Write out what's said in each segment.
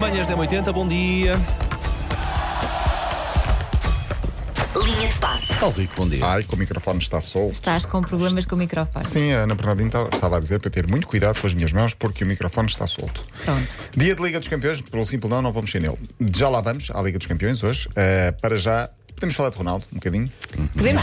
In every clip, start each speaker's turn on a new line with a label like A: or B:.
A: Manhãs da 80, bom dia.
B: Linha de passe.
A: Paulo Rico, bom dia.
C: Ai, que o microfone está sol.
D: Estás com problemas com o microfone.
C: Sim, a Ana Bernardina ta- estava a dizer para eu ter muito cuidado com as minhas mãos porque o microfone está solto.
D: Pronto.
C: Dia de Liga dos Campeões, pelo simples não, não vamos mexer nele. Já lá vamos à Liga dos Campeões hoje. Eh, para já, podemos falar de Ronaldo um bocadinho?
E: Podemos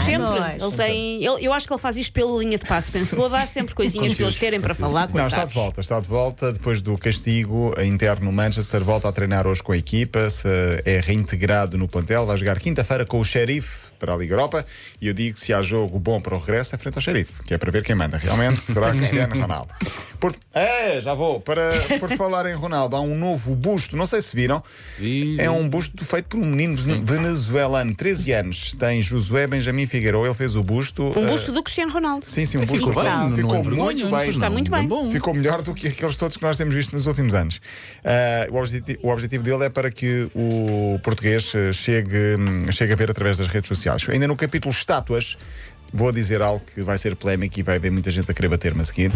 D: Vamos.
E: sempre. Ele tem, ele- eu acho que ele faz isto pela linha de passo. Penso, vou dar sempre coisinhas para eles terem para falar.
C: Não, está
E: coitados.
C: de volta, está de volta depois do castigo interno no Manchester, volta a treinar hoje com a equipa, se é reintegrado no plantel, vai jogar quinta-feira com o Sheriff para a Liga Europa e eu digo que se há jogo bom para o regresso é frente ao Sheriff, que é para ver quem manda realmente, que será Cristiano Ronaldo. Por, é, já vou, para, por falar em Ronaldo, há um novo busto, não sei se viram, é um busto feito por um menino vene- venezuelano, 13 anos, tem Josué Benjamin Figueiredo, ele fez o busto...
E: Um
C: eh,
E: busto do Cristiano Ronaldo.
C: Sim, sim, um busto.
D: Ficou bem,
C: ficou
D: não é
C: muito bem.
E: Está muito bem.
A: Bom.
C: Ficou melhor do que aqueles todos que nós temos visto nos últimos anos. Ah, o, objetivo, o objetivo dele é para que o português eh, chegue, hum, chegue a ver através das redes sociais. Ainda no capítulo estátuas, vou dizer algo que vai ser polémico e vai haver muita gente a querer bater-me a seguir,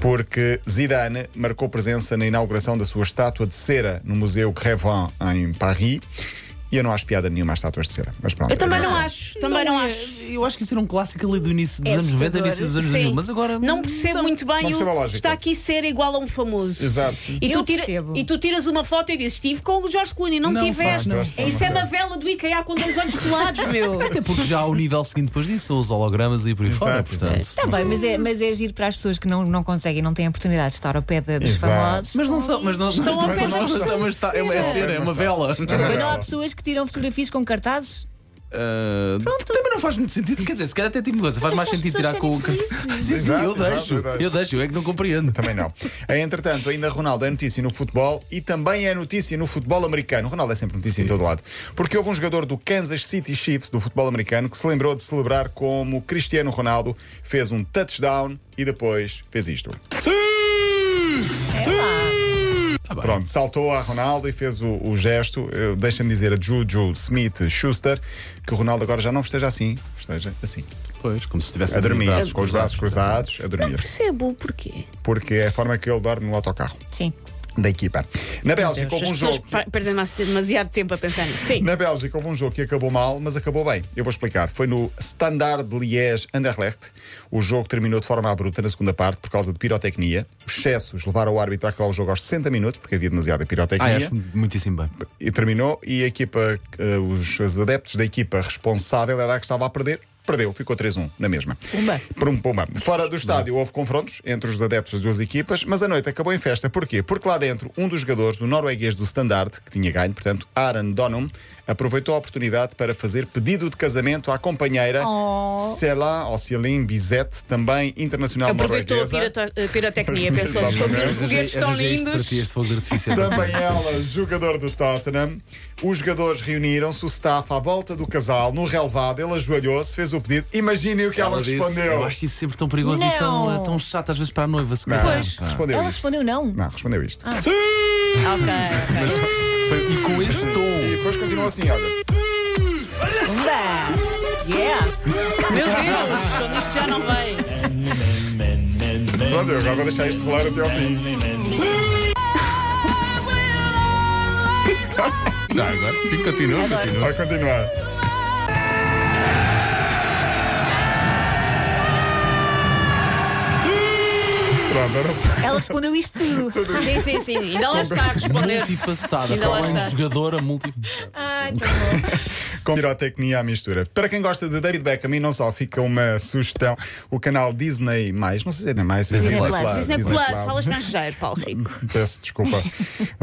C: porque Zidane marcou presença na inauguração da sua estátua de cera no Museu Crevin, em Paris. E eu não acho piada nenhuma às estátuas de cera. Mas pronto,
E: Eu também
C: é-
E: não acho. Também não,
A: é-
E: acho.
A: Eu acho que isso era um clássico ali do início dos
D: É
A: anos 90,
D: assustador.
A: início dos anos
E: Sim.
A: 2000, mas agora.
E: Não percebo muito bem
C: não
E: o.
C: percebo a lógica.
E: Está aqui ser igual a um famoso.
C: Exato.
E: E
D: Eu
E: tu, tira-
D: percebo.
E: e tu tiras uma foto e dizes: Estive com o Jorge Clooney, não,
A: Não, faz,
E: tiveste.
A: não.
E: Isso é uma vela do IKEA com dois olhos colados, meu.
A: Até porque já há o nível seguinte depois disso, são os hologramas e por aí fora,
C: Exato.
A: portanto.
D: Está bem, mas é, mas é giro para as pessoas que não, não conseguem, não têm a oportunidade de estar ao pé de- dos
C: Exato.
D: famosos.
A: Mas não são, mas não
E: Estão
A: mas
E: ao pé
A: não-
E: das
A: mas são- mas está- é uma é cera, é uma vela.
D: Mas não há pessoas que tiram fotografias com cartazes?
A: Ah, Também não faz muito sentido, quer dizer, se calhar até tipo de coisa, faz
D: Deixa
A: mais
D: as
A: sentido
D: pessoas
A: tirar com o.
D: serem
A: Sim,
D: felizes.
A: sim, eu
C: Exato, exato,
A: deixo,
C: eu deixo.
A: eu deixo, eu é que não compreendo.
C: Também não. Eh, Entretanto, ainda Ronaldo é notícia no futebol e também é notícia no futebol americano. Ronaldo é sempre notícia em todo lado. Porque houve um jogador do Kansas City Chiefs, do futebol americano, que se lembrou de celebrar como Cristiano Ronaldo fez um touchdown e depois fez isto.
D: É lá.
C: Pronto, saltou a Ronaldo e fez o, o gesto. Eh, Deixa-me dizer a Juju Smith Schuster que o Ronaldo agora já não esteja assim. Esteja assim.
A: Pois, como se estivesse
C: A dormir,
A: braços
C: com os braços cruzados, a dormir.
E: Percebo o porquê.
C: Porque é a forma que ele dorme no autocarro
D: Sim.
C: da equipa. Na Bélgica,
E: As
C: houve um
E: pessoas
C: jogo.
E: pa- perdem mas- demasiado tempo a pensar nisso. Sim.
C: Na Bélgica houve um jogo que acabou mal, mas acabou bem. Eu vou explicar. Foi no Standard Liège Anderlecht. O jogo terminou de forma abrupta na segunda parte por causa de pirotecnia. Os excessos levaram o árbitro a acabar o jogo aos 60 minutos, porque havia demasiada
A: Ah,
C: pirotecnia.
A: acho muitíssimo bem.
C: e terminou e a equipa, eh, os, os adeptos da equipa responsável era a que estava a perder. Perdeu, ficou 3-1 na mesma.
D: Pumba.
C: Por um pumba. Fora do estádio houve confrontos entre os adeptos das duas equipas, mas a noite acabou em festa. Porquê? Porque lá dentro, um dos jogadores, o norueguês do Standard, que tinha ganho, portanto, Aran Donum, aproveitou a oportunidade para fazer pedido de casamento à companheira
D: Oh.
C: Céline, ou Céline Bizet, também internacional
E: Aproveitou a
C: norueguesa.
E: pirato- a pirotecnia. Pensou:
C: Exatamente.
E: "Desculpe, os foguetes
A: Arranjei
E: estão
A: arranjei isto para
E: lindos.
A: ti, este fogo de artifício. Sim,
C: Também
A: sim.
C: ela, jogador do Tottenham. Os jogadores reuniram-se, o staff à volta do casal, no relevado, ele ajoelhou-se, fez o pedido. Imaginem o que ela,
A: Ela disse,
C: respondeu.
A: Eu acho isso sempre tão perigoso e
D: Não.
A: tão, é tão chato às vezes para a noiva, se
C: Não,
A: calhar. pá.
C: respondeu
D: Ela
C: isto.
D: respondeu não.
C: Não, respondeu isto.
A: Ah.
E: Ok, ok.
A: Mas foi- e com este
C: E
A: tom.
C: depois continuou assim, olha.
D: Pumba! Yeah!
E: Meu Deus, quando isto já não vem.
C: Pronto, eu agora vou deixar isto rolar até ao fim.
A: Já agora, sim, continua, continua.
C: Vai continuar. Pronto, era só.
D: Ela respondeu isto tudo.
E: Sim, sim, sim. Ainda lá está a responder.
A: Multifacetada,
E: Ainda
A: para
E: lá
A: além de
E: está. Ah,
A: jogadora, multi.
D: Ai, tá bom.
C: com pirotecnia à mistura. Para quem gosta de David Beckham e não só, fica uma sugestão. O canal Disney+, Mais, não sei se é nem mais,
D: Disney
C: Disney+,
D: Plus.
E: Disney Plus, fala estrangeiro, Paulo Rico.
C: Peço desculpa.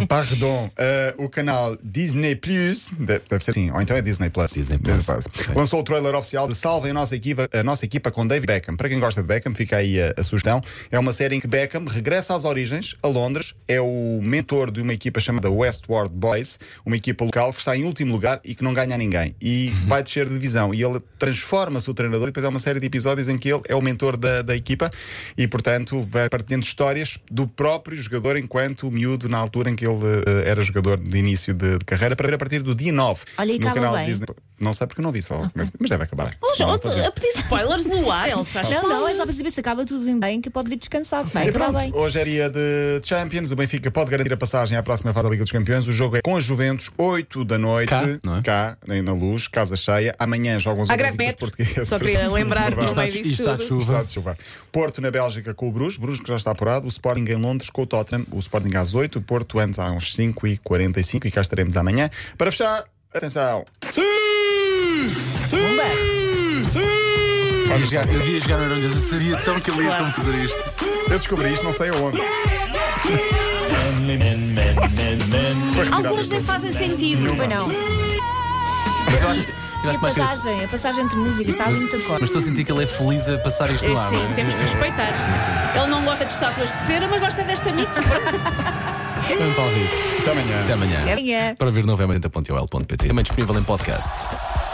C: Pardon. Eh, o canal Disney Plus, de- deve ser assim, ou então é Disney Plus.
A: Disney Plus. Ok.
C: Lançou o trailer oficial de Salvem a nossa, equipa, a nossa equipa com David Beckham. Para quem gosta de Beckham, fica aí a, a sugestão. É uma série em que Beckham regressa às origens, a Londres. É o mentor de uma equipa chamada Westward Boys, uma equipa local que está em último lugar e que não ganha a ninguém. E vai descer de divisão. E ele transforma-se o treinador. E depois é uma série de episódios em que ele é o mentor da, da equipa e, portanto, vai partilhando histórias do próprio jogador enquanto miúdo na altura em que ele eh, era jogador de início de, de carreira para ver a partir do dia 9
D: Olha, e
C: no
D: acaba
C: canal
D: bem.
C: Disney. Não sei porque não vi só. o começo, Mas deve acabar.
E: Oh,
C: Não
E: João,
C: vou fazer.
E: a pedir spoilers no ar, Elsa.
D: Não, não, é só para saber se acaba tudo em bem, que pode vir descansado. Vai
C: E
D: acabar
C: pronto,
D: bem.
C: hoje é dia de Champions. O Benfica pode garantir a passagem à próxima fase da Liga dos Campeões. O jogo é com a Juventus, 8 da noite,
A: Cá, não é?
C: cá, nem na luz, casa cheia. Amanhã jogam os
E: Há
C: outros
E: grave
C: equipas
E: metro.
C: portugueses.
E: Só queria lembrar no
C: Verdade.
E: meio
A: de-
E: disso
A: está de
E: tudo.
A: chuva.
C: Está de chuva. Porto na Bélgica com o Bruges, Bruges que já está apurado. O Sporting em Londres com o Tottenham. O Sporting às 8, o Porto antes às 5h45 e cá estaremos amanhã. Para fechar, atenção.
D: Bunda.
A: Eu ia jogar- Eu ia jogar no Eurolhas, seria tão que ele ia tão fazer isto.
C: Eu descobri isto, não sei aonde. Foi retirado
E: Alguns
C: do
E: nem
C: jogo.
E: fazem sentido.
D: Pois não.
A: Mas eu acho, eu
D: E
A: acho
D: a
A: mais vezes.
D: passagem, a passagem entre músicas, estás muito
A: Mas
D: acorde.
A: estou a sentir que ele é feliz a passar isto
E: É,
A: no ar. não
E: sim,
A: é?
E: temos que respeitar. Ele não gosta de estátuas de cera, mas gosta desta mix.
A: Vamos para o Rio.
C: Até amanhã.
A: Então, Até amanhã.
D: Até amanhã.
A: Para ver novamente a.ol.pt. Também disponível em podcast.